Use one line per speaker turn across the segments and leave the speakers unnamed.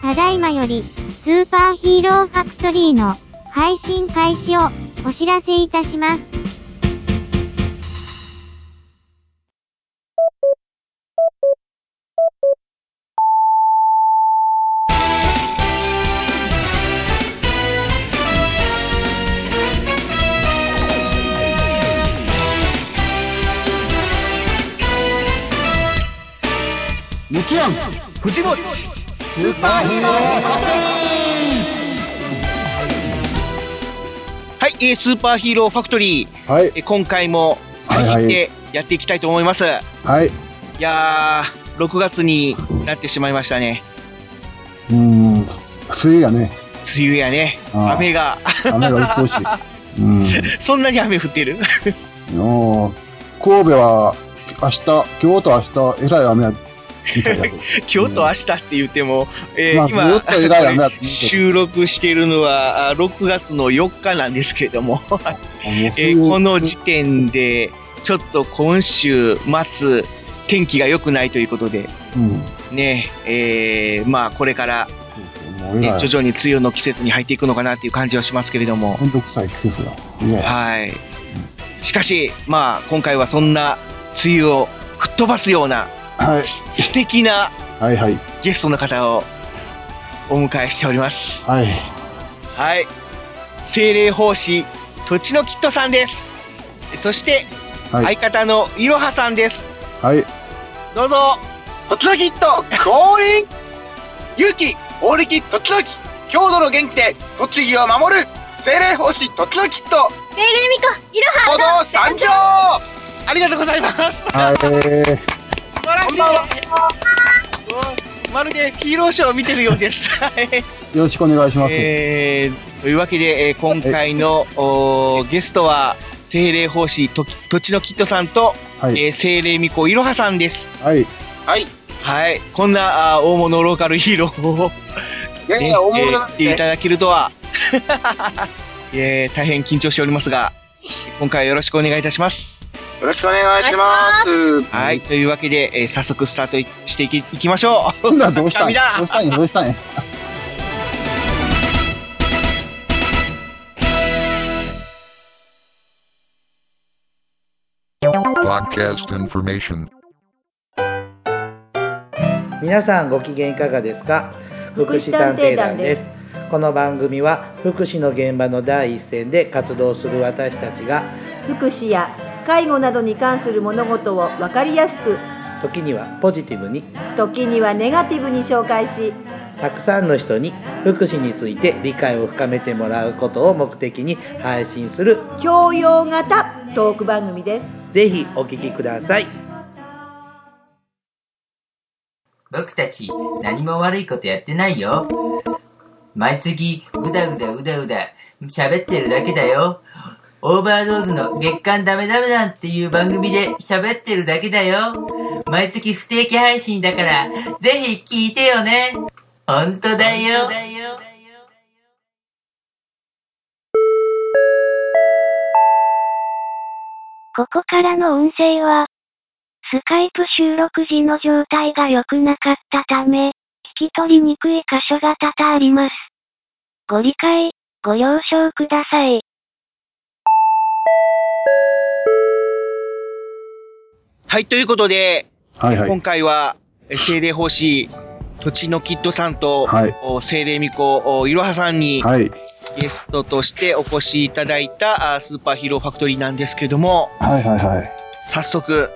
ただいまより、スーパーヒーローファクトリーの配信開始をお知らせいたします。
ミキアン、フジモッチ、スーパーヒーローカ
はい、えースーパーヒーローファクトリー、
はい
え。ー今回も張り切ってやっていきたいと思います。い
はい。
やー、6月になってしまいましたね。
うーん。梅雨やね。
梅雨やね、
あー
雨が、
雨がうっとうしい。 う
そんなに雨降ってる
ん。おー神戸は明日、今日と明日、えらい雨やみたいだけど。
今日と明日って言っても、 えー
まあずっとえらい雨やって言うけ
今、
ど
収録しているのはあー6月の4日なんですけ れども、えーこの時点で、ちょっと今週末、天気が良くないということで、
うん。も
ね、えーまあこれから、
うえ
ね
ら
徐
い。
々に梅雨の季節に入っていくのかなっていう感じはしますけれども、
めんどくさい季節や。ね
はい。しかし、まあ今回はそんな梅雨を吹っ飛ばすような
はい。
素敵な
はいはい。
ゲストの方をお迎えしております。
はい。
はい。精霊奉仕、土地のキットさんです。そして、
はい
相方のいろはさんです。
はい。
どうぞ。
ー。突撃ヒット、降臨勇気、法力、突撃、郷土の元気で、栃木を守る、精霊奉仕、突撃ヒット、
ベルミコ、いろは
報道参上
ありがとうございます。
はい。
素晴らしい。
こんばん
うんまるでヒーローショーを見てるようです。はい
よろしくお願いします。
えーというわけで、えー今回のおーゲストは精霊奉仕と土地のキットさんと、
はい。
えー精霊巫女いろはさんです。
はい。
はい、い
はい、こんなあー大物ローカルヒーローを、
やい
ね
や、大物
え
だ
ー
っ
来ていた
て。
だけるとは、 えー大変緊張しておりますが、今回よろしくお願いいたします。
よろしくお願いします。
はい、というわけで、えー早速スタートいしていきいきましょう。
今度はどうしたん
神
や
だ
どうしたんやどうしたんや
Podcast information.
皆さんご機嫌いかがですか福祉探偵団ですこの番組は福祉の現場の第一線で活動する私たちが
福祉や介護などに関する物事を分かりやすく
時にはポジティブに
時にはネガティブに紹介した
くさんの人に福祉について理解を深めてもらうことを目的に配信する
教養型トーク番組です
ぜひお聞きください
僕たち何も悪いことやってないよ。毎月ぐだぐだぐだぐだ喋ってるだけだよ。オーバードーズの月間ダメダメなんていう番組で喋ってるだけだよ。毎月不定期配信だから、ぜひ聞いてよね。ほんとだよ。
ここからの運勢は、スカイプ収録時の状態が良くなかったため、聞き取りにくい箇所が多々あります。ご理解、ご了承ください。
はい、ということで、
はいは
今
い。
回は、えー精霊奉仕、土地のキッドさんと、
はい
お精霊巫女、おいろはさんに、
はい。
ゲストとしてお越しいただいた、あースーパーヒーローファクトリーなんですけども、
はいはいはい。
早速、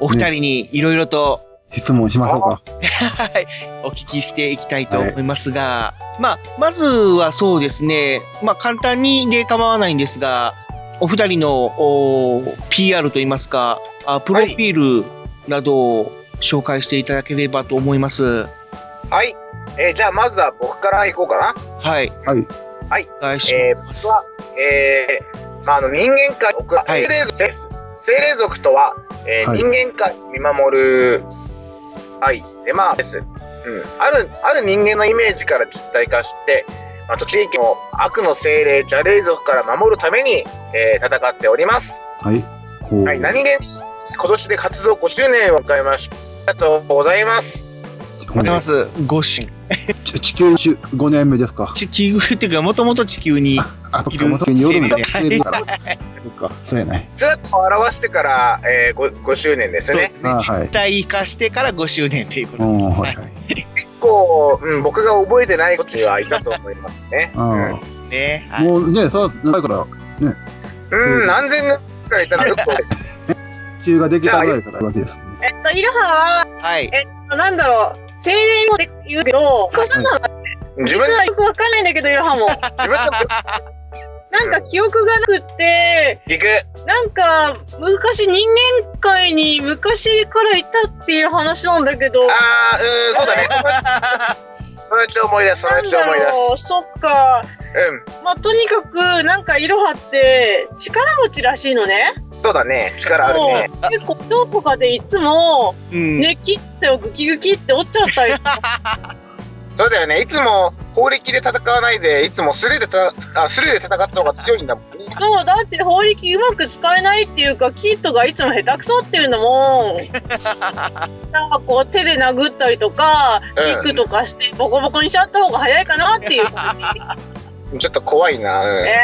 お二人にいろいろと、
質問しましょうか。
はい、お聞きしていきたいと思いますが、まあ、まずはそうですね、まあ、簡単にで構わないんですが、お二人の、お PR といいますか、あプロフィールなどを紹介していただければと思います。
はい、えーじゃあまずは僕から行こうかな。
はい。
はい。
はい。
お願いし
えー
ま
僕
す。
は、えーまあ、あの人間界、僕は
は
精
い
霊族です。精霊族とは、えー
はい
人間界を見守る愛で、まあ、です。うん。ある、ある人間のイメージから実体化して、まあ、栃木県を悪の精霊、邪霊族から守るために、えー戦っております。
はい。ほう
はい。何気に、今年で活動5周年を迎えました。ありがとうございます。
ございます。5種。
ち地球5年目ですか。
地球っていうか、もともと地球に。
あ、そっ
い
か、
る
もとに夜も
生
生
命
命から。そっか、そうやね。
ずっと表してから、えー、5, 周年です
そう
ね
で。す
あ
ね。
はい
実体化してから5周年というこ
う
とで
ん、は
す。
い
は
はい。。
結構、うん、僕が覚えてないことはいたと思いますね
あ
い。ね。
あ、
はい
もうね、さ、前から、
うん、うん何千年くらいいたのよく覚えてる。
地球ができたぐらいからいるわけですね。
えっと、イロハ
はい。
は、なんだろう、精霊語で言うけど、おかしいな
自分
よくわかんないんだけど、イロハ も。
自分の
なんか記憶がなくって、
聞く。
なんか、昔人間界に昔からいたっていう話なんだけど、
ああ、うん、そうだ ね。そのうち思い出す、その
な
うんち
だ
思い出
ろう、そっか。
す。
まあ、とにかく、なんか、イロハって、力持ちらしいのね。
うん、そうだね。力あるね。
そう結構、どこかでいつも、
うん。
ね、切ってをグキグキって折っちゃったり、
そうだよね。いつも法力で戦わないで、いつも素手でたあ素手で戦った方が強いんだもんね。
そう、だって法力うまく使えないっていうか、キットがいつも下手くそっていうの も、なんかこう手で殴ったりとか、キックとかしてボコボコにしちゃった方が早いかなっていう。
ちょっと怖いな。うん
え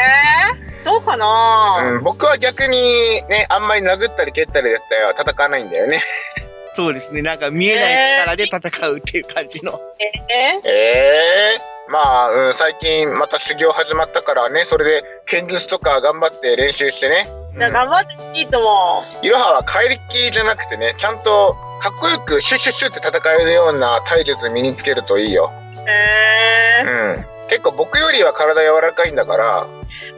ー、そうかな、
うん、僕は逆にね、あんまり殴ったり蹴ったりだったら戦わないんだよね。
そうですね。なんか見えない力で戦うっていう感じの。
え
え
えまあ、うん、最近また修行始まったからね、それで剣術とか頑張って練習してね。
ー、じゃあ頑張ってキットも。
いろはは怪力じゃなくてね、ちゃんとかっこよくシュッシュッシュッって戦えるような体力身につけるといいよ。う
え
ん。結構僕よりは体柔らかいんだから、
ー、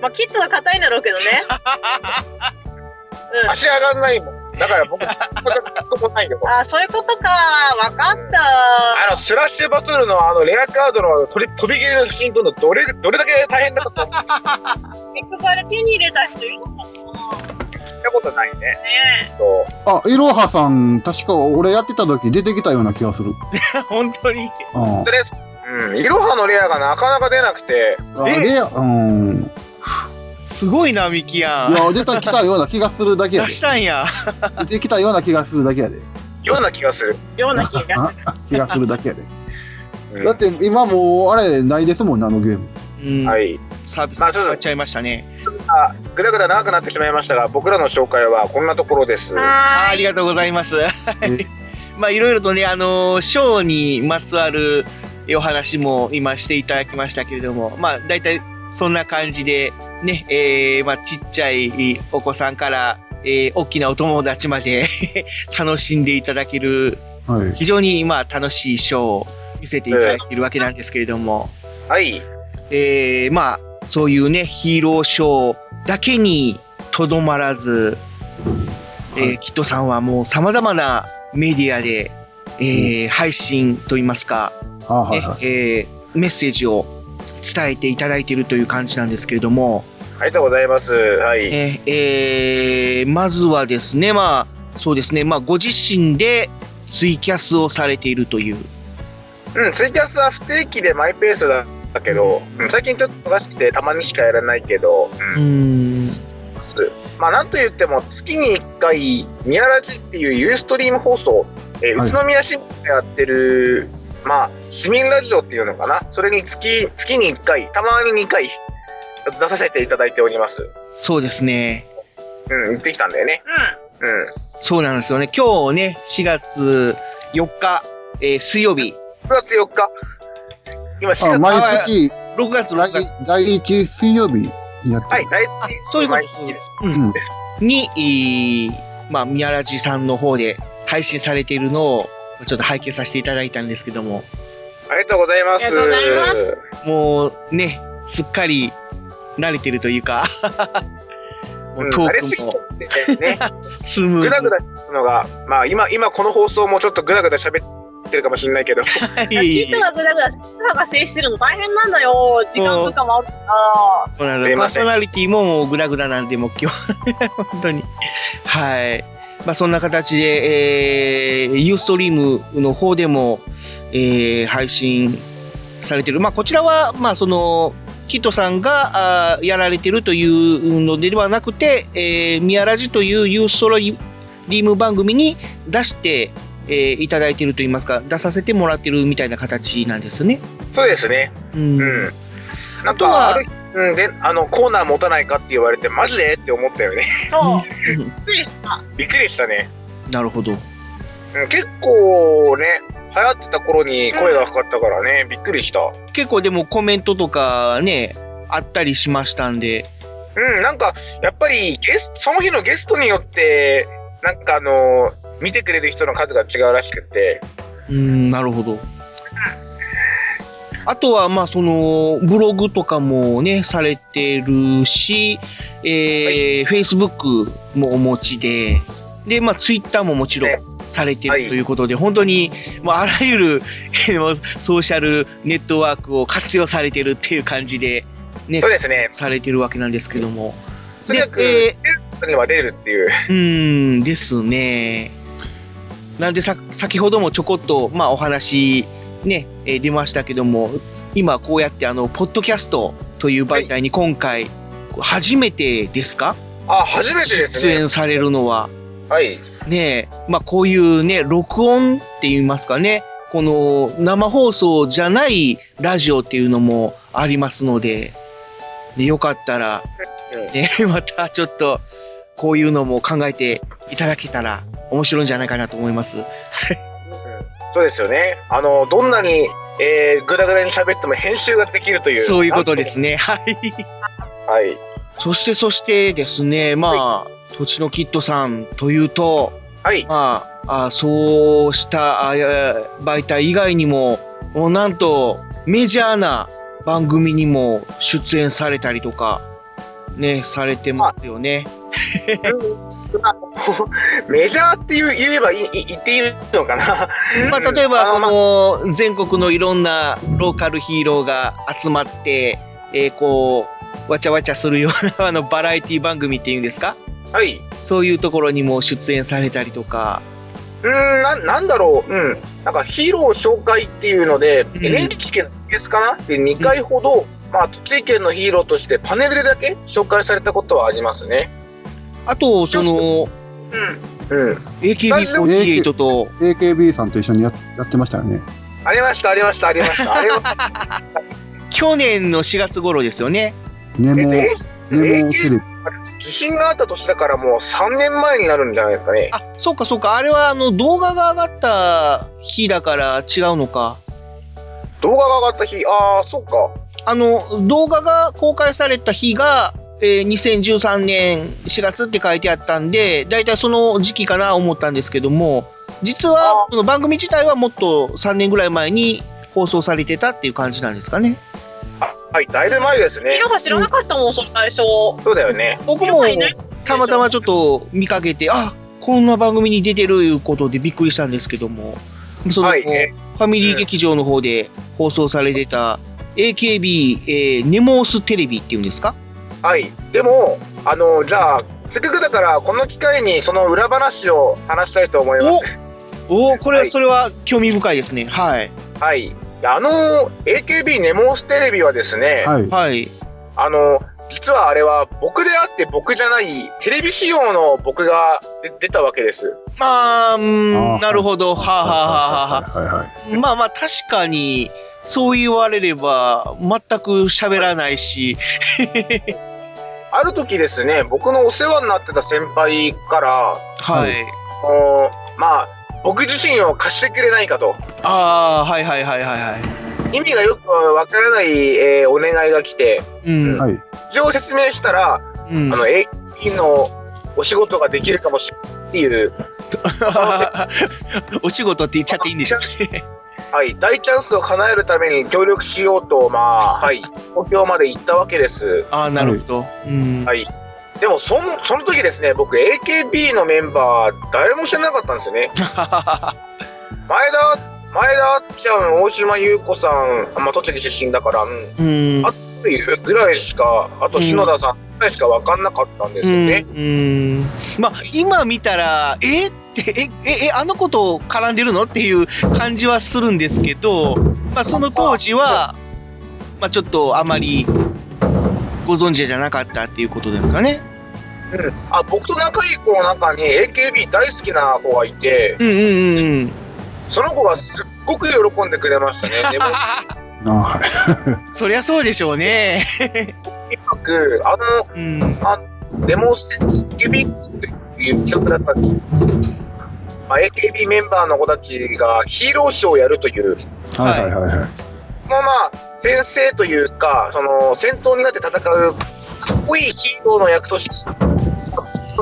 まあキットは硬いんだろうけど ね。うん
足上がんないもん。だから僕、戦うこともないよ。
あ、そういうことか。わかった。
あの、スラッシュバトルのあの、レアカードのとり飛び切りの金庫のどれ、どれだけ大変だったか
結局あれ手に入れた人いるのかな
聞いたことないね。
ね
そう。
あ、いろはさん、確か俺やってた時出てきたような気がする。
本当に。
うん
と。りあえず、うん、いろはのレアがなかなか出なくて、
あれ、うん。
すごいな、ミキや
い
ん。
や、出た、来たような気がするだけや
出
で。
したんや。
出てきたような気がするだけやで。
ような気がする。
え。ような気が。
あ気がするだけやで。
うん
だって今もう、あれ、ないですもんね、あのゲーム。
うん。
はい。
サービス
まあちょ
終
っと
わっちゃいましたね。
あ、ぐだぐだ長くなってしまいましたが、僕らの紹介はこんなところです。は
あー
は
あ
ーい。
りがとうございます。
え
まあいろいろとね、あのーショーにまつわるお話も今していただきましたけれども、まあ大体そんな感じで、ね、えー、まあちっちゃいお子さんから、えー、大きなお友達まで 楽しんでいただける、
はい。
非常にまあ楽しいショーを見せていただいているわけなんですけれども、
い。
えー、まあそういうね、ヒーローショーだけにとどまらず、えー、キットさんはもう様々なメディアで、えー配信といいますか、
あはいはい。
ねえーメッセージを伝えていただいているという感じなんですけれども、
ありがとうございます。はい。
えーえーまずはですね、まあ、そうですね、まあ、ご自身でツイキャスをされているという。
うん、ツイキャスは不定期でマイペースだけど、うん最近ちょっと忙しくてたまにしかやらないけど、
うーん。
まあなんと言っても月に1回、宮ラジっていうユーストリーム放送、えー
はい
宇都宮市でやってる、まあ市民ラジオっていうのかな、それに月月に1回、たまに2回出させていただいております。
そうですね。
うん、行ってきたんだよね。うん。
そうなんですよね。今日ね、4月4日、えー水曜日、
9月4日。今、4
あ
月
毎月
6月6
第
月、
第1水曜日にやって
はい、
る。
第
あ
一
そういうことです
毎月です
うん
うん
に、えーまあ、宮ラジさんの方で配信されているのを、ちょっと拝見させていただいたんですけども、
ありがとうございます。
ありがとうございます
もうね、すっかり慣れてるというか、も
う、
うんト
慣
ー
れす
ク
ぎ
も
てね、
スムー
ぐだ
ズ
ぐだしたのが、まあ今、今この放送もちょっとぐだぐだ喋ってるかもしれないけ ど、
はい。
キットがぐだぐだ、キットが制してるの大変なんだよ。時間とかもあるから。
そうなの
すい
パー
ません
ソナリティももうグラグラなんで、もう今日 本当に。はい。まあそんな形で、えー、ユーストリームの方でも、えー配信されてる。まあこちらは、まあその、キットさんがあーやられてるというのではなくて、えー、ミヤラジというユーストリーム番組に出してえーいただいてると言いますか、出させてもらってるみたいな形なんですね。
そうですね。
うん
うん。なん
あと
か、
は
あるうん、で、あの、コーナー持たないかって言われて、マジでって思ったよね。
そう。
うん
びっくりした。
びっくりしたね。
なるほど。
うん、結構ね、流行ってた頃に声がかかったからね、びっくりした。
結構でもコメントとかね、あったりしましたんで、
うん、なんか、やっぱりゲス、その日のゲストによって、なんかあの、見てくれる人の数が違うらしくて、
うーん、なるほど。あとは、まあ、その、ブログとかもね、されてるし、えー、Facebook もお持ちで、で、まあ、Twitter ももちろん
ね
されてる
はい
ということで、本当に、まあ、あらゆる、えーソーシャルネットワークを活用されてるっていう感じで、ね
そう、ですね、
されてるわけなんですけども。
とにかく、
でえー
ゲストには出るっていう。
うーんですね。なんでさ、先ほどもちょこっと、まあ、お話、ね、えー出ましたけども、今こうやって、あの、ポッドキャストという媒体に今回、初めてですか
あ、初めてです
出
ね。
演されるのは。
はい。
ねえ、まあ、こういうね、録音って言いますかね、この生放送じゃないラジオっていうのもありますので、でよかったら、
うん
ね、 またちょっと、こういうのも考えていただけたら面白いんじゃないかなと思います。
そうですよね。あの、どんなに、えー、ぐだぐだに喋っても編集ができるという。
そういうことで。すね。はい。
はい。
そして、そしてですね、まあ、土地のキッドさんというと、
はい。
まあ、あそうしたあいや媒体以外にも、もうなんとメジャーな番組にも出演されたりとか、ね、されてますよね。
メジャーって言う言えばいい、い言っていいのかな。
まあ、例えば、
あ
そ
の
の、全国のいろんなローカルヒーローが集まって、えーこう、わちゃわちゃするような、あの、バラエティ番組っていうんですか
はい。
そういうところにも出演されたりとか、
うーん、な、なんだろう。うん。なんかヒーロー紹介っていうので、
ん
NHK の月かなで2回ほど、まあ、栃木県のヒーローとしてパネルでだけ紹介されたことはありますね。
あと、その、
うん。うん。
AKB48 と、
AKB さんと一緒にややってましたよね。
ありました、ありました、ありました。あれは、
去年の4月頃ですよね。
ネモ、
え
ネモテレビ。
地震があった年だからもう3年前になるんじゃないですかね。
あ、そうかそうか、あれはあの動画が上がった日だから違うのか。
動画が上がった日、ああ、そうか。
あの、動画が公開された日が、えー2013年4月って書いてあったんで、だいたいその時期かな思ったんですけども、実は
あ
その番組自体はもっと3年ぐらい前に放送されてたっていう感じなんですかね。
あはい、だいぶ前ですね
色。が知らなかったもん、その最初。
そうだよね。
僕もたまたまちょっと見かけて、あこんな番組に出てるいうことでびっくりしたんですけども、その、
はい
ファミリー劇場の方で放送されてた AKB、えーネモーステレビっていうんですか
はい。でも、あの、じゃあ、せっかくだから、この機会にその裏話を話したいと思います。
おおこれは、
はい
それは興味深いですね。はい。
はい。あの、AKB ネモーステレビはですね、
はい。
はい。
あの、実はあれは僕であって僕じゃない、テレビ仕様の僕が出出たわけです。
まあ、
あ
うーん
ー
なるほど。はあ、はあはあ
は
は
いはいはいはい。
あ、まあまあ、確かに、そう言われれば、全く喋らないし、
ある時ですね、僕のお世話になってた先輩から、
はい。
は
あのまあ、僕自身を貸してくれないかと、
ああ、はいはいはいはいはい。
意味がよくわからない、えーお願いが来て、
うん。
はい。
それを説明したら、
うん
あの、AKB のお仕事ができるかもしれないっていう、
お仕事って言っちゃっていいんでしょうね。
はい、大チャンスを叶えるために協力しようと、ま あ、はい、東京まで行ったわけです。
ああ、なるほど。うん。
はい。でもそん、その時ですね、僕、AKB のメンバー、誰も知らなかったんですよね。前田、前田あっちゃん、大島優子さん、あまあ、栃木出身だから、うん、
うん。うん
あっていうぐらいしか、あと篠田さんぐらいしか分かんなかったんですよね。
うん。まあ、今見たら、えって、え、え、え、あの子と絡んでるのっていう感じはするんですけど、まあ、その当時は、まあ、ちょっとあまりご存知じゃなかったっていうことですかね。
うん、あ僕と仲いい子の中に AKB 大好きな子がいて
うんうんうんうん。
その子がすっごく喜んでくれました ねでも
あはい。
そりゃそうでしょうね。
とにかくあの
うん。
あデモスキビッチっていう企画だったんですまあ、AKB メンバーの子たちがヒーローショーをやるという、
はいはいはいはい。
まあまあ、先生というか、その戦闘になって戦う、かっこいいヒーローの役として、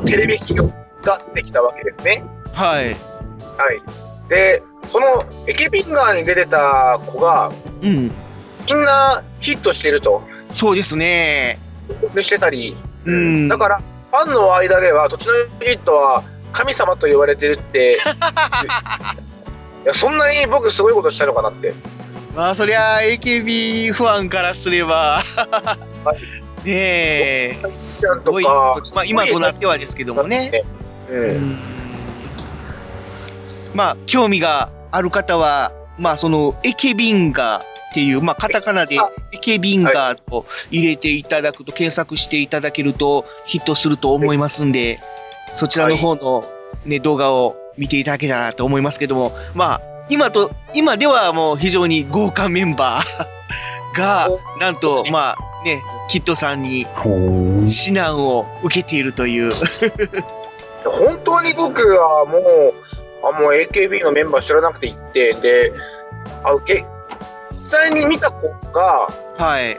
テレビ企業ができたわけですね。
はい。
はい。で、その AKB 側に出てた子が、
うん。
みんなヒットしてると、
そうですね。
してたり、
うん。
だから、ファンの間では、土地のユニットは神様と言われてるって、 いやそんなに僕、すごいことしたのかなって、
まあそりゃ AKB ファンからすればねえすごいことまあ今となってはですけどもね、
う、
うんんまあ興味がある方はまあその AKB がっていう、まあ、カタカナで
あ
AKB がと入れていただくと、検索していただけるとヒットすると思いますんで、そちらの方の、ね動画を見ていただけたらと思いますけども、まあ、今と、今ではもう非常に豪華メンバー が、なんと、まあね、キッドさんに
ほーん。
指南を受けているという、
本当に僕はもう、あもう AKB のメンバー知らなくて行って、で、あけ実際に見た子が、
はい。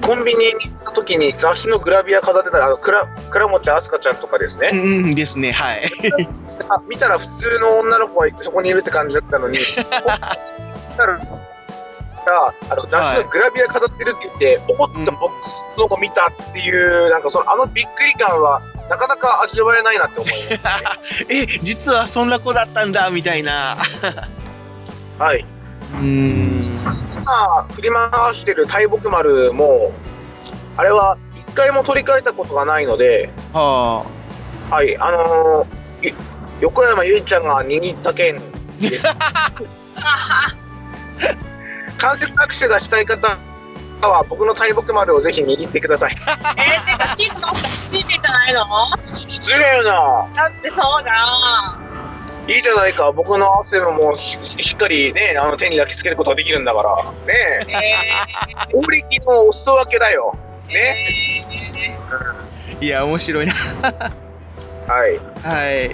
コンビニに行った時に雑誌のグラビア飾ってたら、あの倉倉持あすかちゃんとかですね。
うんうんですね、はい。
あ見たら普通の女の子がそこにいるって感じだっ たのに、こう見たら、あの雑誌のグラビア飾ってるって言って、怒って僕、そこ見たっていう、なんかそのあのびっくり感は、なかなか味わえないなって思います。
え、実はそんな子だったんだ、みたいな。
はい。
うーん。
今、振り回してる大木丸も、あれは一回も取り替えたことがないので、
は
はい、あのーい横山由依ちゃんが握った剣です。関節握手がしたい方は僕の大木丸をぜひ握ってください。
えー、てか、キッドってついてんじゃないの
失礼な。
だってそうじゃん。
いいじゃないか。僕のアクセルもししっかりね、あの手に焼き付けることができるんだから。ね え。
え
オリキのお裾分けだよ。ね。
ー、
あ。いや、面白いな。
はい。
はい。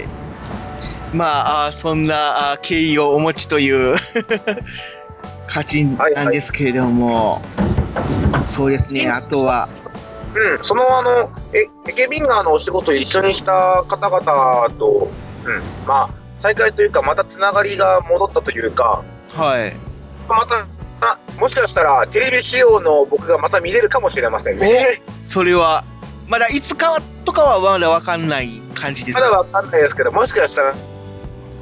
まあ、あーそんなあー経緯をお持ちという 感じなんですけれども、そうですね、あとは、
うん、そのあの、え、エケビンガーのお仕事を一緒にした方々と、うん、まあ、再開というか、またつながりが戻ったというか、
はい。
また、あもしかしたらテレビ仕様の僕がまた見れるかもしれませんね。
それは、まだいつかはとかはまだわかんない感じです
ま
か
だわかんないですけど、もしかしたら、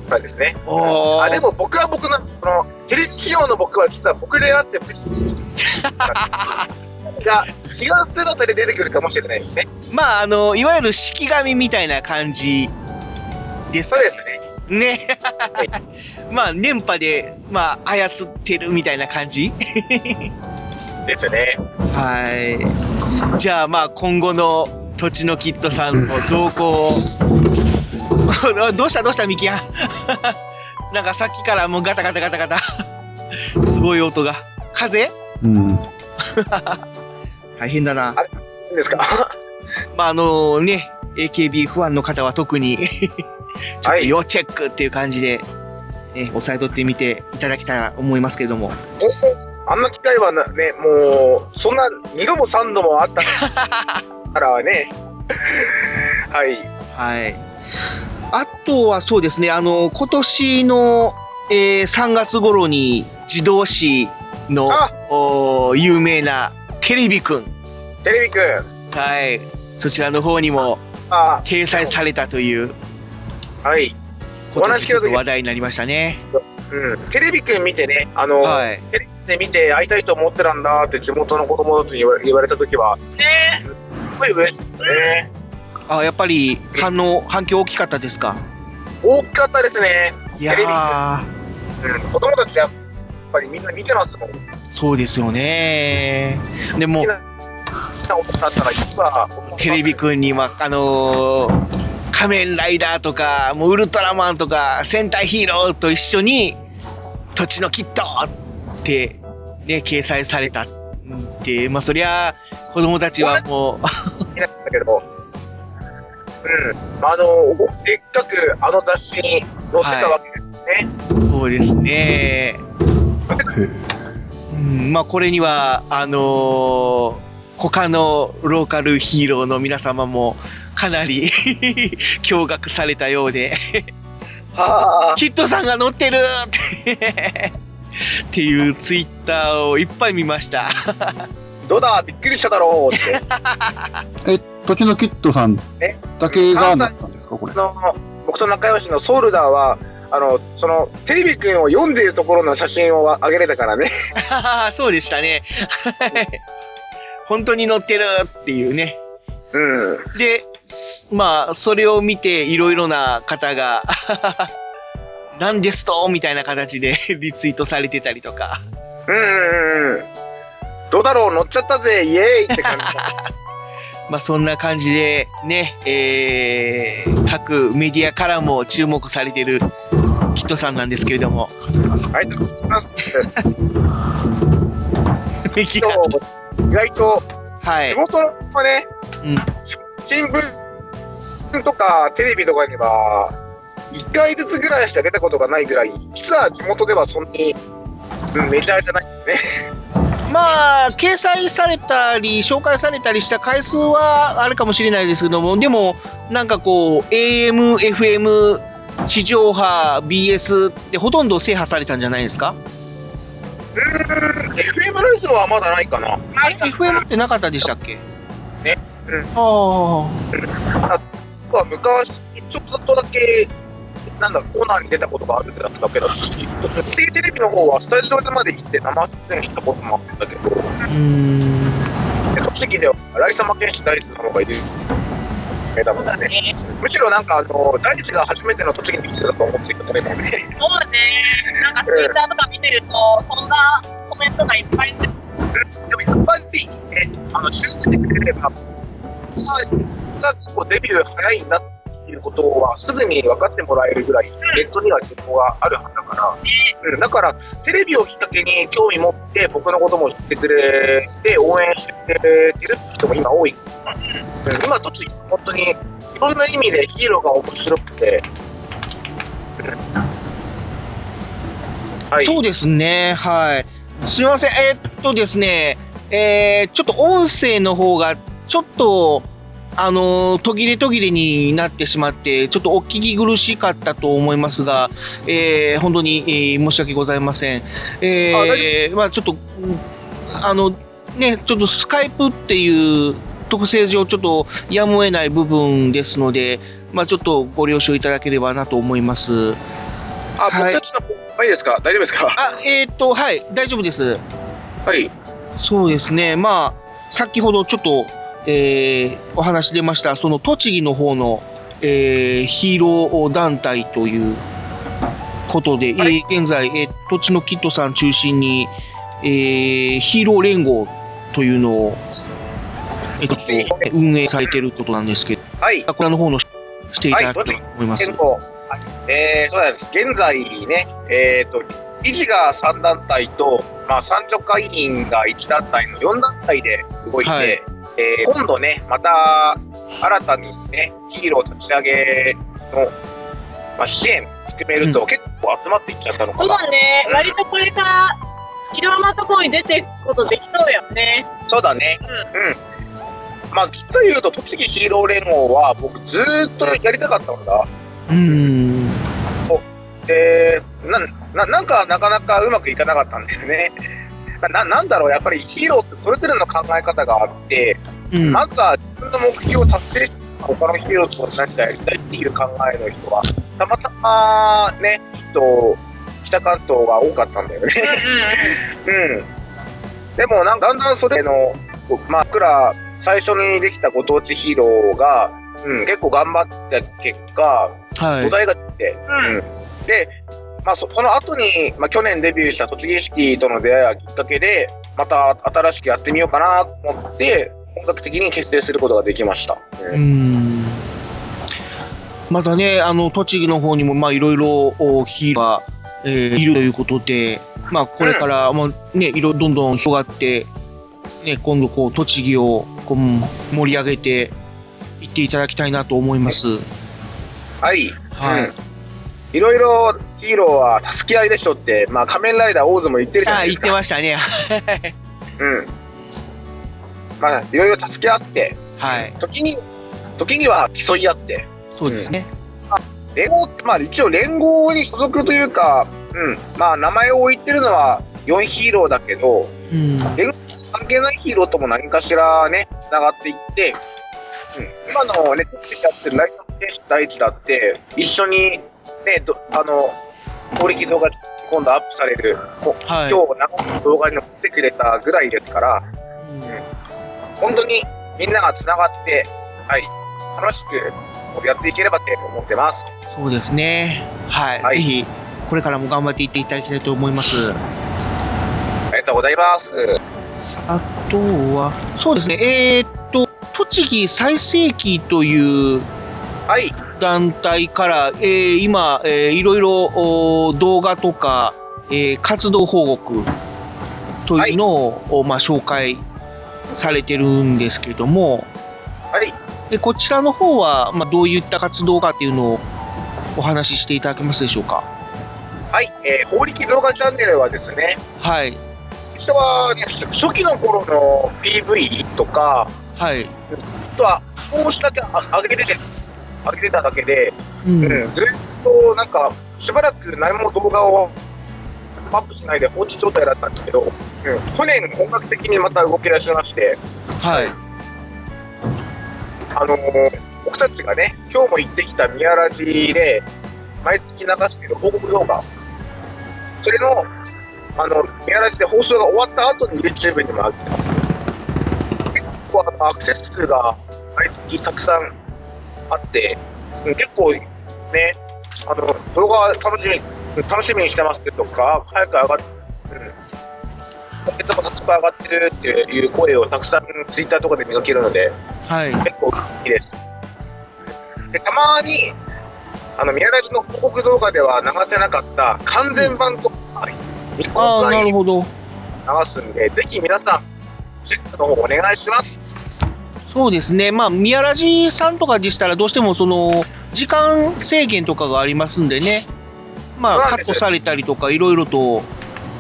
そうですね。
おー
あでも僕は僕の、その、テレビ仕様の僕は実は僕であって、 が違う姿で出てくるかもしれないですね。
まあ、あの、いわゆる式神みたいな感じですか
そうですね。
ね。
はい
まあ、連覇で、まあ、操ってるみたいな感じ
ですよね。
はい。じゃあ、まあ、今後の土地のキッドさんの動向を。 どうしたどうしたミキヤ ンなんかさっきからもうガタガタガタガタ。 すごい音が。風
うん。
大変だな。
いいんですか
まあ、あのね、AKB ファンの方は特 に、ちょっと要チェックっていう感じで、ね、押さえとってみていただきたいなと思いますけども。
あんな機会はなね、もう、そんな2度も3度もあった からはね、はい、
はい。あとはそうですね、あの、今年の、えー3月頃に、自動誌の
あ、
おー有名なテレビくん。
テレビくん、
はい。そちらの方にも
あ
掲載されたという
はい、
ことでちょっと話題になりましたね。
うん、テレビくん見てね、あの、
はい。
テレビで見て会いたいと思ってたんだって地元の子供たちに言わ言われたときは、
ね
すごい嬉しいね。
あ、やっぱり反応、反響大きかったですか
大きかったですね。
いや
テレビ
ー、
うん、子供たちがやっぱりみんな見てますもん。
そうですよね。でも
好き、な好きな男だったらいつか
テレビくんには、あのー仮面ライダーとか、もうウルトラマンとか、戦隊ヒーローと一緒に、土地のキットって、ね、掲載されたって、まあそりゃ、子供たちはもう、
好きなんだけど、うん、まああの、でっかくあの雑誌に載ってたわけですね。
そう ですね。うん、まあこれには、あのー他のローカルヒーローの皆様もかなり 驚愕されたようで、
はあ、
キッドさんが乗ってるってっていうツイッターをいっぱい見ました。
どだ、びっくりしただろうって。
え、時のキットさん
え
だけがなったんですか、これ
そ。の僕と仲良しのソウルダーは、あの、その、テレビくんを読んでいるところの写真を上げれたからね。
そうでしたね。 本当に乗ってるっていうね。
うん。
で、すまあ、それを見て、いろいろな方が、 なんですとみたいな形で リツイートされてたりとか。
うんうんうん。どうだろう、乗っちゃったぜ、イエーイって 感じだ。
まあ、そんな感じで、ね、えー、各メディアからも注目されてるキットさんなんですけれども。
ありがとうございます。
メディ
今日、意外と、
ア はい
地。元のね、
うん
新聞とかテレビとかには、1回ずつぐらいしか出たことがないぐらい、実は地元ではそんなに、うん、メジャーじゃないんですね。
まあ、掲載されたり、紹介されたりした回数はあるかもしれないですけども、でも、なんかこう、AM、FM、地上波、BS ってほとんど制覇されたんじゃないですか
うーん、FM ラジオはまだないかな。
あれ ?FM ってなかったでしたっけ
ねうん
あ
あ僕は昔、ちょっとだけ、なんだ、コーナーに出たことがあるんだけど、フジテレビの方はスタジオでまで行って生出演したこともあったけど、
あ。うーん。
栃木ではライサマ剣士大地の方がいる。目玉だね、むしろなんかあの大地が初めての栃木に来てたと思ってくれたの で、
そうね。なんかツイッターとか見てると、そんなコメントがいっぱい出て
でもやっぱり、ね、あの信じてくれれば、まあ、がこうデビュー早いんだっていうことは、すぐに分かってもらえるぐらい、ネットには情報があるはずだから、うん、だから、テレビをきっかけに興味持って、僕のことも知ってくれて、応援してくれてる人も今多い。うん、今、栃木、本当に、いろんな意味でヒーローが面白くて、うんはい、
そうですね、はい。すいません、えーっとですね、えーちょっと音声の方が、ちょっと、あのー途切れ途切れになってしまって、ちょっとお聞き苦しかったと思いますが、えー本当に、えー申し訳ございません。
あ大丈
えーまあちょっと、うんあの、ね、ちょっとスカイプっていう特性上、ちょっとやむを得ない部分ですので、まあちょっとご了承いただければなと思います。
あ
はい
僕たちの方はいいですか大丈夫ですか
あ、えーっと、はい、大丈夫です。
はい。
そうですね、まあ、先ほどちょっと、えーお話出ました、その栃木の方の、えーヒーロー団体ということで、
はい
えー現在、えー、栃野キッドさん中心に、えーヒーロー連合というのを、えーちょっとえー運営されていることなんですけど、
はい。
こちらの方のしていただければと思います。
えっと、えー、そうなんです。現在ね、えっ、と、理事が3団体と、まあ、三助会員が1団体の4団体で動いて、
はい
えー今度ね、また新たにね、ヒーロー立ち上げの、まあ、支援含めると、
う
結構集まっていっちゃったのか
そう
な。
だね。割とこれから、いろんなところに出ていくことできそうだよね。
そうだね。うん。まあ、きっと言うと、栃木ヒーロー連合は、僕ずーっとやりたかったんだ。
うーん
でなんななんかなかなかうまくいかなかったんですね。 ななんだろう、やっぱりヒーローってそれぞれの考え方があって、
うん
まずは自分の目標を達成して、他のヒーローと何かやりたいっていう考えの人は、たまたまね、きっと北関東が多かったんだよね。 うん、でもなんかだんだんそれの、まあ、僕ら最初にできたご当地ヒーローが、うん、結構頑張った結果、
は
土
い。
台ができて、うんで、まあ、そその後に、まあ、去年デビューした栃木式との出会いがきっかけでまた新しくやってみようかなと思って、本格的に結成することができました。
う
うん
んまたね、あの、栃木の方にも、まあ、いろいろ、おヒーローが、えーいるということで、まあ、これから、まあ、ね、いろ、どんどん広がって、ね、今度、こう、栃木を、こう、盛り上げて、いっていただきたいなと思います。
はい。
はい
うんいろいろヒーローは助け合いでしょって、まあ、仮面ライダーオーズも言ってるじゃ
あ
な
あ、
いで
言っ
す
て
か。
ましたね。
うん。まあ、いろいろ助け合って、
はい。
時に、時には競い合って、
そうですね。
連合まあ一応連合に所属というか、うん、まあ名前を置いてるのは4ヒーローだけど、
うん。
連合に関係ないヒーローとも何かしらね、つながっていって、うん、今のね、テレビやってるライト選手第一だって、一緒に、ね、どあの、攻撃動画今度アップされる、こ
はい
今日何の動画に載ってくれたぐらいですから、本当にみんながつながって、はい、楽しくやっていければって思ってます。
そうですね。はい。
はい
ぜひ、これからも頑張っていっていただきたいと思います。
ありがとうございます。
あとは、そうですね、えーっと、栃木最盛期という
はい。
団体から、えー今、えーいろいろおー動画とか、えー活動報告というのを、おまあ、紹介されてるんですけれども、
はい。
でこちらの方は、まあ、どういった活動かというのをお話ししていただけますでしょうか。
はい。えー、法力動画チャンネルはですね、
はい、
人はね、初初期の頃の PV とか、
はい、
あとは、少しだけあ上げてて、上げてただけで、
う
うんん、ずっとなんか、しばらく何も動画をアップしないで放置状態だったんですけど、うん、去年本格的にまた動き出しまして、
はい、
あのー僕たちがね、今日も行ってきた宮ラジで、毎月流している報告動画、それの、あの、宮ラジで放送が終わった後に YouTube にも上げてます結構あの、アクセス数が毎月たくさんあって、うん結構ね、あの、動画楽しみ、楽しみにしてますとか、早く上がって、うん今月も早速上がってるっていう声をたくさん Twitter とかで見かけるので、
はい、
結構好きです。でたまに、あの、宮ラジの広告動画では流せなかった完全版とか、未
あ
公
あ、な
開
る
に流
ほど。
すんで、ぜひ皆さん、チェックの方お願いします。
そうですね、まあ、宮ラジさんとかでしたら、どうしてもその時間制限とかがありますんでね、まあ、
そうな
カ
んで
ッ
す
トされたりとか、いろいろと、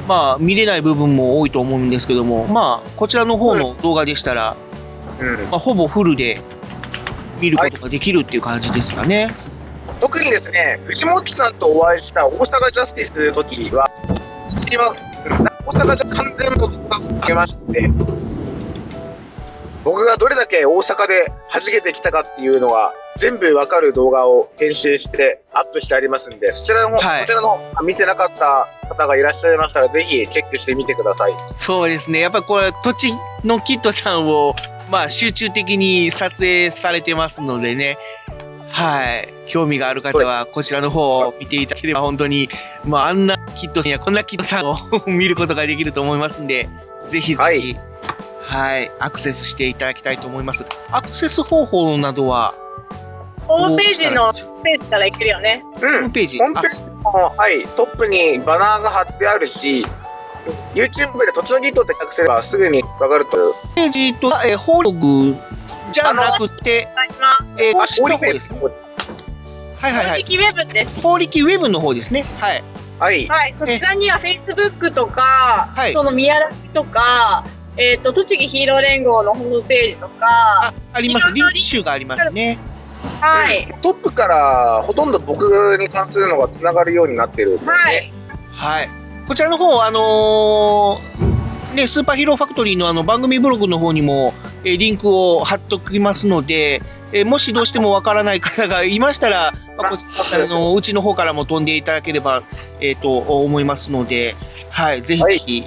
まあ、見れない部分も多いと思うんですけども、まあ、こちらの方の動画でしたら、
うん。
まあ、ほぼフルで見ることができるっていう感じですかね。
特にですね、藤本さんとお会いした大阪ジャスティスの時は、一番、うん大阪ジャ完全の動画を上げまして、僕がどれだけ大阪で弾けてきたかっていうのが全部わかる動画を編集してアップしてありますんで、そちらの方、
はい
そちらの方見てなかった方がいらっしゃいましたら、ぜひチェックしてみてください。
そうですね、やっぱりこれ、土地のキットさんを、まあ、集中的に撮影されてますのでね、はい、興味がある方は、こちらの方を見ていただければ、本当に、まあ、あんなキットさんや、こんなキットさんを 見ることができると思いますんで、ぜひぜひ、
は
はいい、アクセスしていただきたいと思います。アクセス方法などは、
ホームページのページからいけるよね。
うん、ホ
ームページ
ホームページの、はい、トップにバナーが貼ってあるし、YouTube で土地のギットって隠せればすぐにわかると思う
ページと、えー、ホログじゃなくて、
お願いします。
えー、公
あ
式の方ですね。はいはいは
公
い。
式ウェブです。
法力ウェブの方ですね。はい。
はい。
はい、そちらには Facebook とか、
はい
その宮ラジとか、えっ、と、栃木ヒーロー連合のホームページと
あ
か、、
あります。
い
リ
ろいろ
ンク集がありますね。
はい、
トップからほとんど僕に関するのがつながるようになってるんで、ね。
はい、
はい。こちらの方、あのーね、スーパーヒーローファクトリーのあの番組ブログの方にも、えーリンクを貼っときますので、えーもしどうしてもわからない方がいましたら、まあこちらのうちの方からも飛んでいただければ、えっ、と、思いますので、はい、ぜひぜひ、よ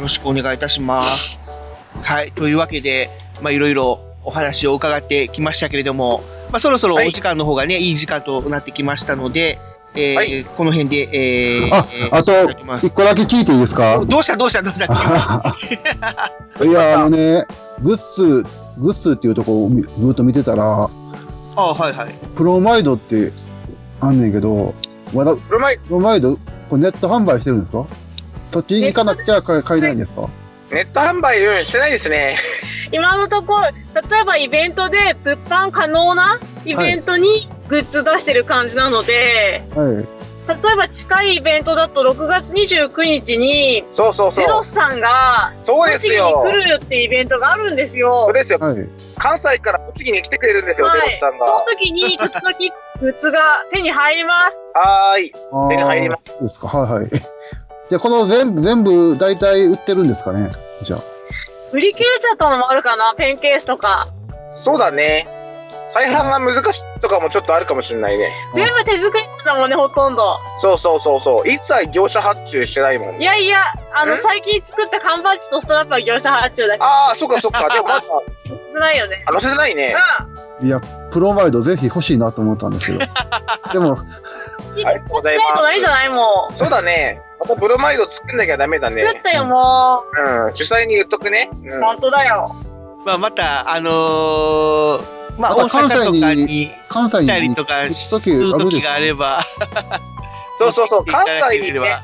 ろしくお願いいたします。はい、というわけで、まあ、いろいろお話を伺ってきましたけれども、まあ、そろそろお
はい
時間の方がね、い、い時間となってきましたので、えー
はい
この辺で、えー
あ、あと
いただきま、す
一個だけ聞いていいですか
どうしたどうしたどうした
いや、あのね、グッズグッスーっていうとこをみずっと見てたら、
ああ、はいはい。
プロマイドってあんねんけど、まだ、プ
うまい。
ロマイド、これネット販売してるんですかそっち行かなくちゃ買え買えないんですか
ネット販売うんしてないですね。
今のところ例えばイベントで物販可能なイベントにグッズ出してる感じなので、
はい。
例えば近いイベントだと6月29日に
そうそうそ
ゼ
う
ロ。スさんが
そうで
栃
す
木に来
よ。
るよってイベントがあるんですよ。
そうですよ。
はい。
関西から栃木に来てくれるんですよ、ゼロスさん
その
が。
時に時々グッズが手に入ります。
はーい。
あ
手に入りま
あ、そうですか。はい はい。じゃあ、この全部、全部、大体売ってるんですかねじゃあ。
売り切れちゃったのもあるかな、ペンケースとか。
そうだね。大半が難しいとかもちょっとあるかもしれないね。
全部手作りだもんね、ほとんど。
そうそうそうそう。一切業者発注してないもん
い。やいや、あの、
ん
最近作った缶バッジとストラップは業者発注だけ
ああ、そっか そっか。でもなんか、
ど、ないよね。
あ載せてないね。
う
いや、プロマイドぜひ欲しいなと思ったんです けど。でも、
ありがとうござい
ん。ないとないじゃ
ま
ないもん
す。。そうだね。またブロマイド作んなきゃダメだね。
作ったよ、も
うん。主催に言っとくね。
う。
う
本当だよ。
まあ、また、あのーまあ、大
また関
阪
西
と
に
かに
関西
来
に
たりとかする時があれば、
そうそうそう。関西
いただけれ
にね
ば、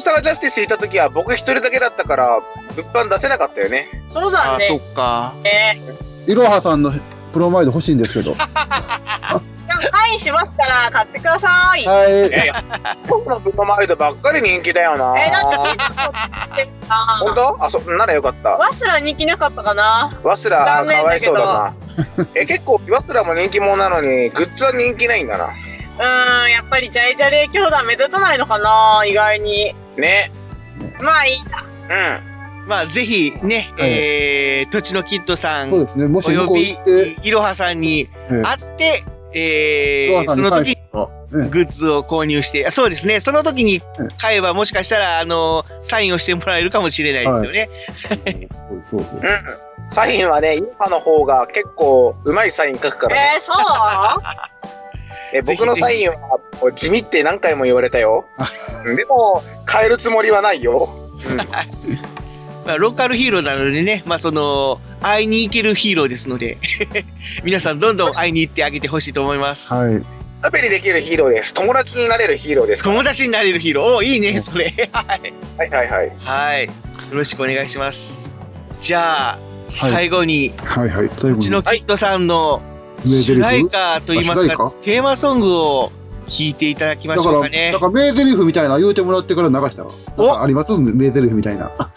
大阪ジャスティスいた時は僕一人だけだったから、物販出せなかったよね。
そう
あ
だ
あ、そ
ね
っ。か。
ね
いろはさんのプロマイド欲しいんですけど。は
でもサインしますから、買ってください。
いや
い。
いや、 僕のブロマイドばっかり人気だよな。
えー、なんか、あ
本当あ、そ、ならよかった。
ワスラ人気なかったかな。
ワスラ、あ
残
か
念
わ
だ
い
け
そ
ど
うだな。え、結構、ワスラも人気者なのに、グッズは人気ないんだな。
うーん、やっぱりジャイジャレ兄弟目立たないのかな、意外に。
ね。
まあいいや。
うん。
まあ、ぜひね、
はい
えー、土地のキッドさん、
そうですね。も
お
し向
よ
こう
び
行って、、
いろはさんに
え
会って、え
いろは
ー、
さん
そ
に
の
返
時
し
に
たら、え
グッズを購入して、あそうですね、その時に買えば、もしかしたら、あの、サインをしてもらえるかもしれないですよね。
えそうですそうです。
うん。サインはね、インパの方が結構、うまいサイン書くからね。
えー、そう
え
ぜひ
僕のサインは、もう地味って何回も言われたよ。でも、変えるつもりはないよ。
まあ、ローカルヒーローなのでね、まあ、その、会いに行けるヒーローですので、 皆さんどんどん会いに行ってあげてほしいと思います。
はい。
食べにできるヒーローです。友達になれるヒーローですから。
友達になれるヒーロー。おいいね、それ。はい。
はいはいはい。
はい。よろしくお願いします。じゃあ、最後に、
はいはい。最後
うちの
に、
キッドさんの
名
主題
台詞
歌といいま
あ
す
主題
か
歌、
テーマソングを聴いていただきま
だ
し
か
ょ
ら、
うかね
だ。から名台詞みたいな言うてもらってから流したら。なんかあります名台詞みたいな。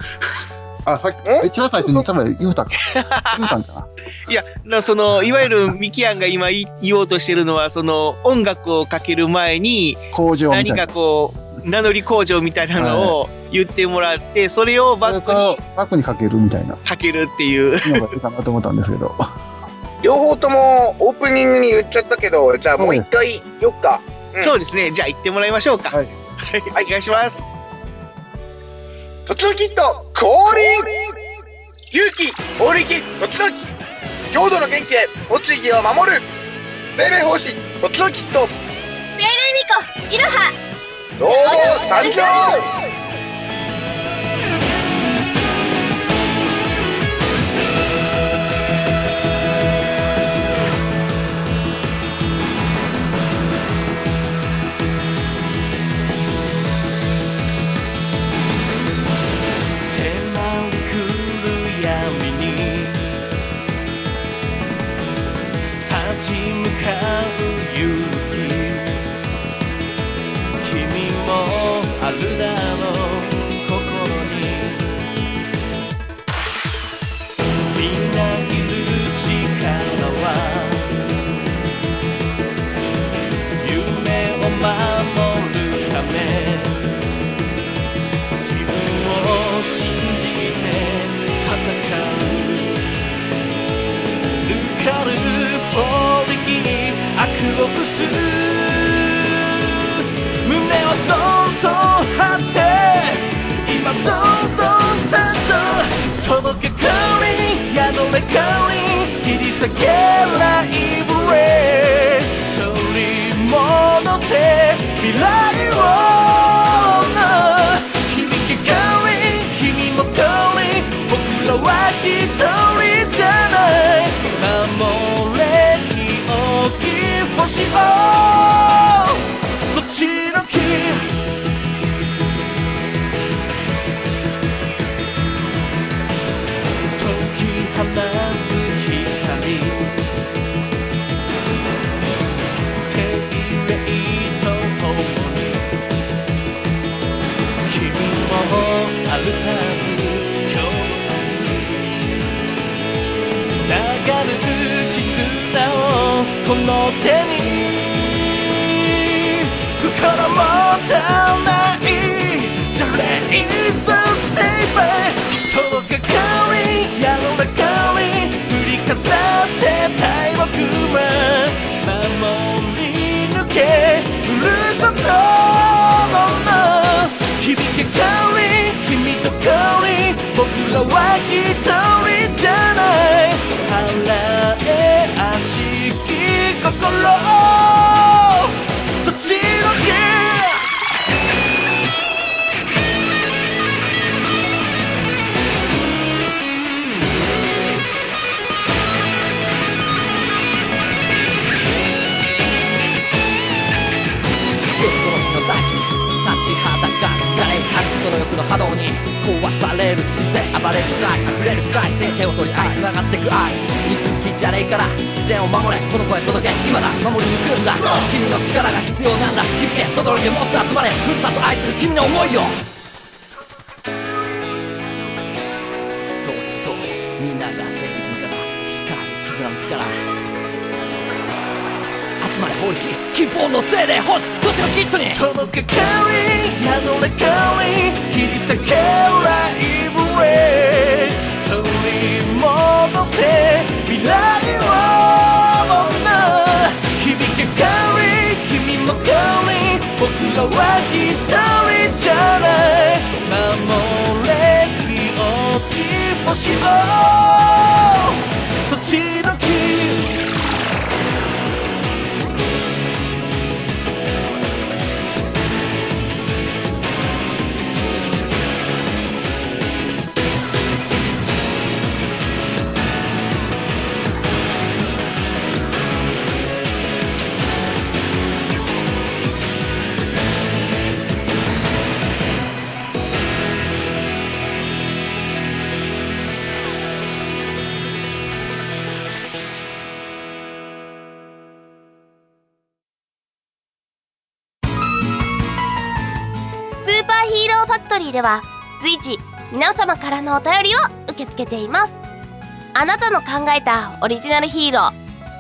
あ、さっ
え
き、一番最初に多分言うたか。言うたんかな。
いや、なその、いわゆるミキアンが今い言おうとしてるのは、その、音楽をかける前に、
工場み
何
たいな
か。こう、名乗り工場みたいなのを言ってもらって、それをバックに
バックにかけるみたいな
かけるっていう。
のがいいかなと思ったんですけど。
両方ともオープニングに言っちゃったけど、じゃあもう一回言おっか。
そうですね。じゃあ行ってもらいましょうか。は
はいい。
お願いします。
途中キット降臨勇気降臨期後々郷土の元気へ栃木を守る精霊奉仕後々キット
精霊巫女、いろは
堂々参上
迫り来る闇に立ち向かう勇気君もあるだろう心にみなぎる力は夢を守るため自分を信じて戦うルカルフォーリキ悪を打つ胸をどんどん張って今どんどんさんと届け Calling 宿れ Calling 切り裂けライブへ取り戻せ未来を響け Calling 君も Calling 僕らは一人じゃない
つながる絆をこの手に心もたないジャレイザーセイバー人のかかりやらかり振りかざせたい僕は守り抜けふるさとの響けかわり君と変わり僕らは一人じゃない払え足き心とちの家激動の日の大地に立ちはだかる誰悪しきその欲の波動に壊される自然暴れる愛溢れる深いで手を取り合い繋がってく愛憎きじゃれいから自然を守れこの声届け今だ守り抜くんだ君の力が必要なんだ響け轟けもっと集まれふるさと愛する君の思いよ人人みんなが正義の味方光る絆の力集まれ法力希望の精霊星都市のキットにそのかかり名の中に切り裂けライブへ取り戻せ未来を女響けかわり君もかわり僕らは一人じゃない守れ国を星を土地の木
スーパーヒーローファクトリーでは随時皆様からのお便りを受け付けていますあなたの考えたオリジナルヒーロー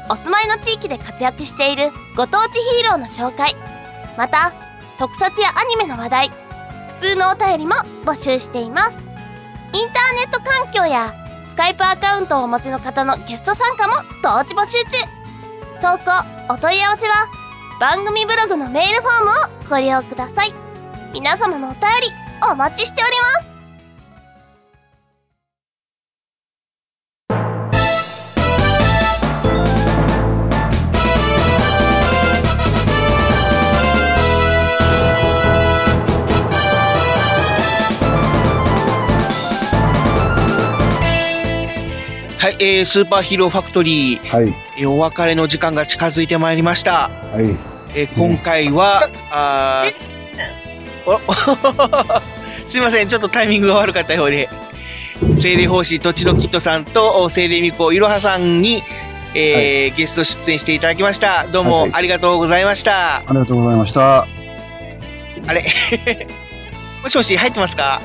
お住まいの地域で活躍しているご当地ヒーローの紹介また特撮やアニメの話題普通のお便りも募集していますインターネット環境やスカイプアカウントをお持ちの方のゲスト参加も同時募集中投稿お問い合わせは番組ブログのメールフォームをご利用ください皆様のお便りお待ちしております
はい、えー、スーパーヒーローファクトリー、
はい。
えーお別れの時間が近づいてまいりました。
はい。
えー今回は、あー すあすいません、ちょっとタイミングが悪かったようで、精霊法師、とちのきっとさんとお精霊みこ、いろはさんに、えーゲスト出演していただきました。どう
は
も
いはい
ありがとうございました。
ありがとうございました。
あれもしもし、入ってますか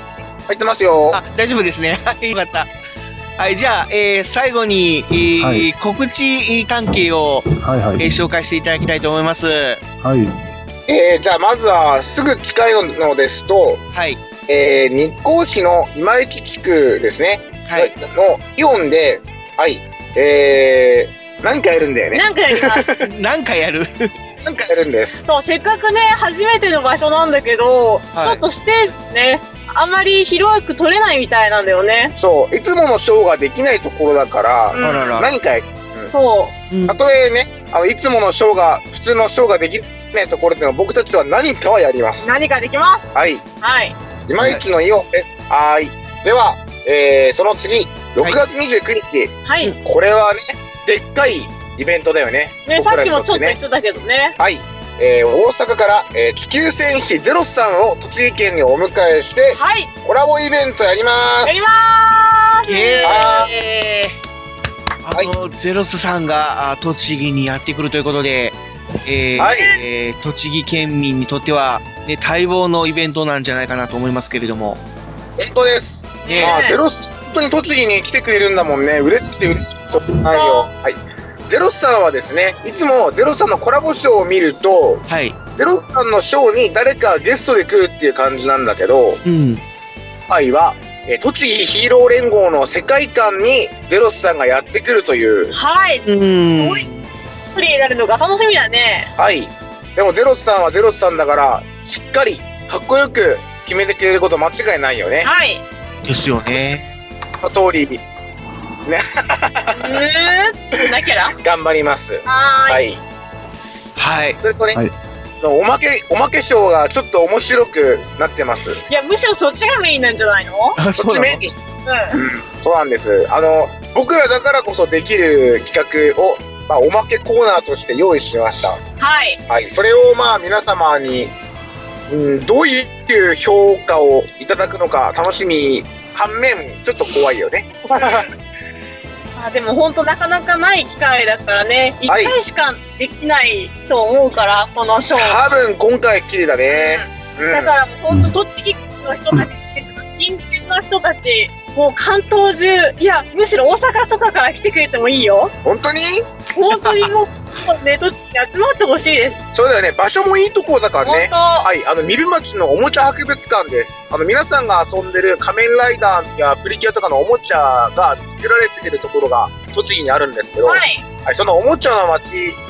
入ってますよ。
あ、大丈夫ですね。 はい、よかった。はい、じゃあ、えー最後に、えー
はい
告知関係を、
はいは
えー
い。
紹介していただきたいと思います。
はい。
えー、じゃあまずはすぐ近いのですと、
はい。
えー、日光市の今駅地区ですね、
はい。
のイオンで、はい、えー、何かやるんだよね。
なんかやります。
何回やる
何かやるんです。
そう、せっかくね、初めての場所なんだけど、
はい
ちょっとステージね、あんまり広く取れないみたいなんだよね。
そう、いつものショーができないところだから、
うん
あらら。
何かやる。
そ
たとえね、あのいつものショーが、普通のショーができないところっていうのは、僕たちは何かはやりま
う、
す。
何かできます。
はい。
はい。
今市のイオンです。はーい。では、えー、その次、6月29日、
はい。
これはね、でっかいイベントだよね。
ね、さ
僕
っ
ら
き
にと
もちょっ
て
と言
ね
っ。てたけどね。
はい。えー、大阪から、えー、地球戦士ゼロスさんを栃木県にお迎えして、
はい。
コラボイベントやりま
や
ー
りま
イ
ーす
エ
あ
ーイあの、ゼロスさんがあ栃木にやってくるということで、えー
はい
えー栃木県民にとっては、ね、待望のイベントなんじゃないかなと思いますけれども、
本当です。
ね
まあ、ゼロス、本当に栃木に来てくれるんだもんね。嬉しくて嬉しくてしょうがないよ。はい。ゼロスさんはですね、いつもゼロスさんのコラボショーを見ると、
はい。
ゼロスさんのショーに誰かゲストで来るっていう感じなんだけど、
うん。
今回は、えー栃木ヒーロー連合の世界観にゼロスさんがやってくるという。
はい。
うーん。
プリになるのが楽しみだね。
はい。でもゼロスさんはゼロスさんだから、しっかり、かっこよく決めてくれること間違いないよね。
はい。
ですよね。
その通り、ね、
うーん。なキャラ。
頑張ります。
は
は
ーい。
い。
はい。
それとね、
はい
のおまけ、おまけショーがちょっと面白くなってます。
いや、むしろそっちがメインなんじゃないの
あ、そうなの
こっちメイン
う
そうなんです。あの、僕らだからこそできる企画を、まあ、おまけコーナーとして用意しました。
ん。はい。
はい。それを、まあ、皆様に、うん、どういう評価をいただくのか楽しみ、反面、ちょっと怖いよね。
あでも本当なかなかない機会だからね、一
はい
回しかできないと思うから、このショー。
多分、今回きりだね。うん。
だからもう本当栃木の人たち、近畿の人たち、もう関東中、いや、むしろ大阪とかから来てくれてもいいよ。
本当に
本当にもう、も うね、栃木に集まってほしいです。
そうだよね。場所もいいところだからね。
本
はい、あの、ミルマチのおもちゃ博物館です。あの、皆さんが遊んでる仮面ライダーやプリキュアとかのおもちゃが作られてるところが栃木にあるんですけ
当。
ど、
はい。
はいそのおもちゃの街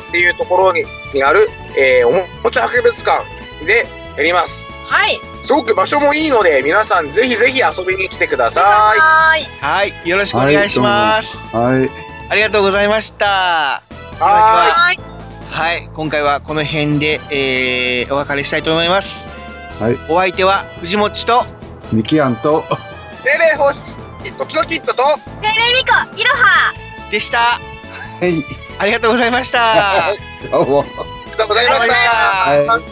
っていうところににある、えーおもおもちゃ博物館でやります。
はい。
すごく場所もいいので、皆さんぜひぜひ遊びに来てください。
はーい。
はい。よろしくお願いします。
はい。
ありがとうございました。
は
はーい。
はい。今回はこの辺で、えー、お別れしたいと思います。
はい。
お相手は藤もっちと、
ミキアンと、
ーい。精霊星、時々キットと、
レレミコいろは
でした。
はい。
ありがとうございました。
どうも。
ありがとうございま
ありがとうございました
した。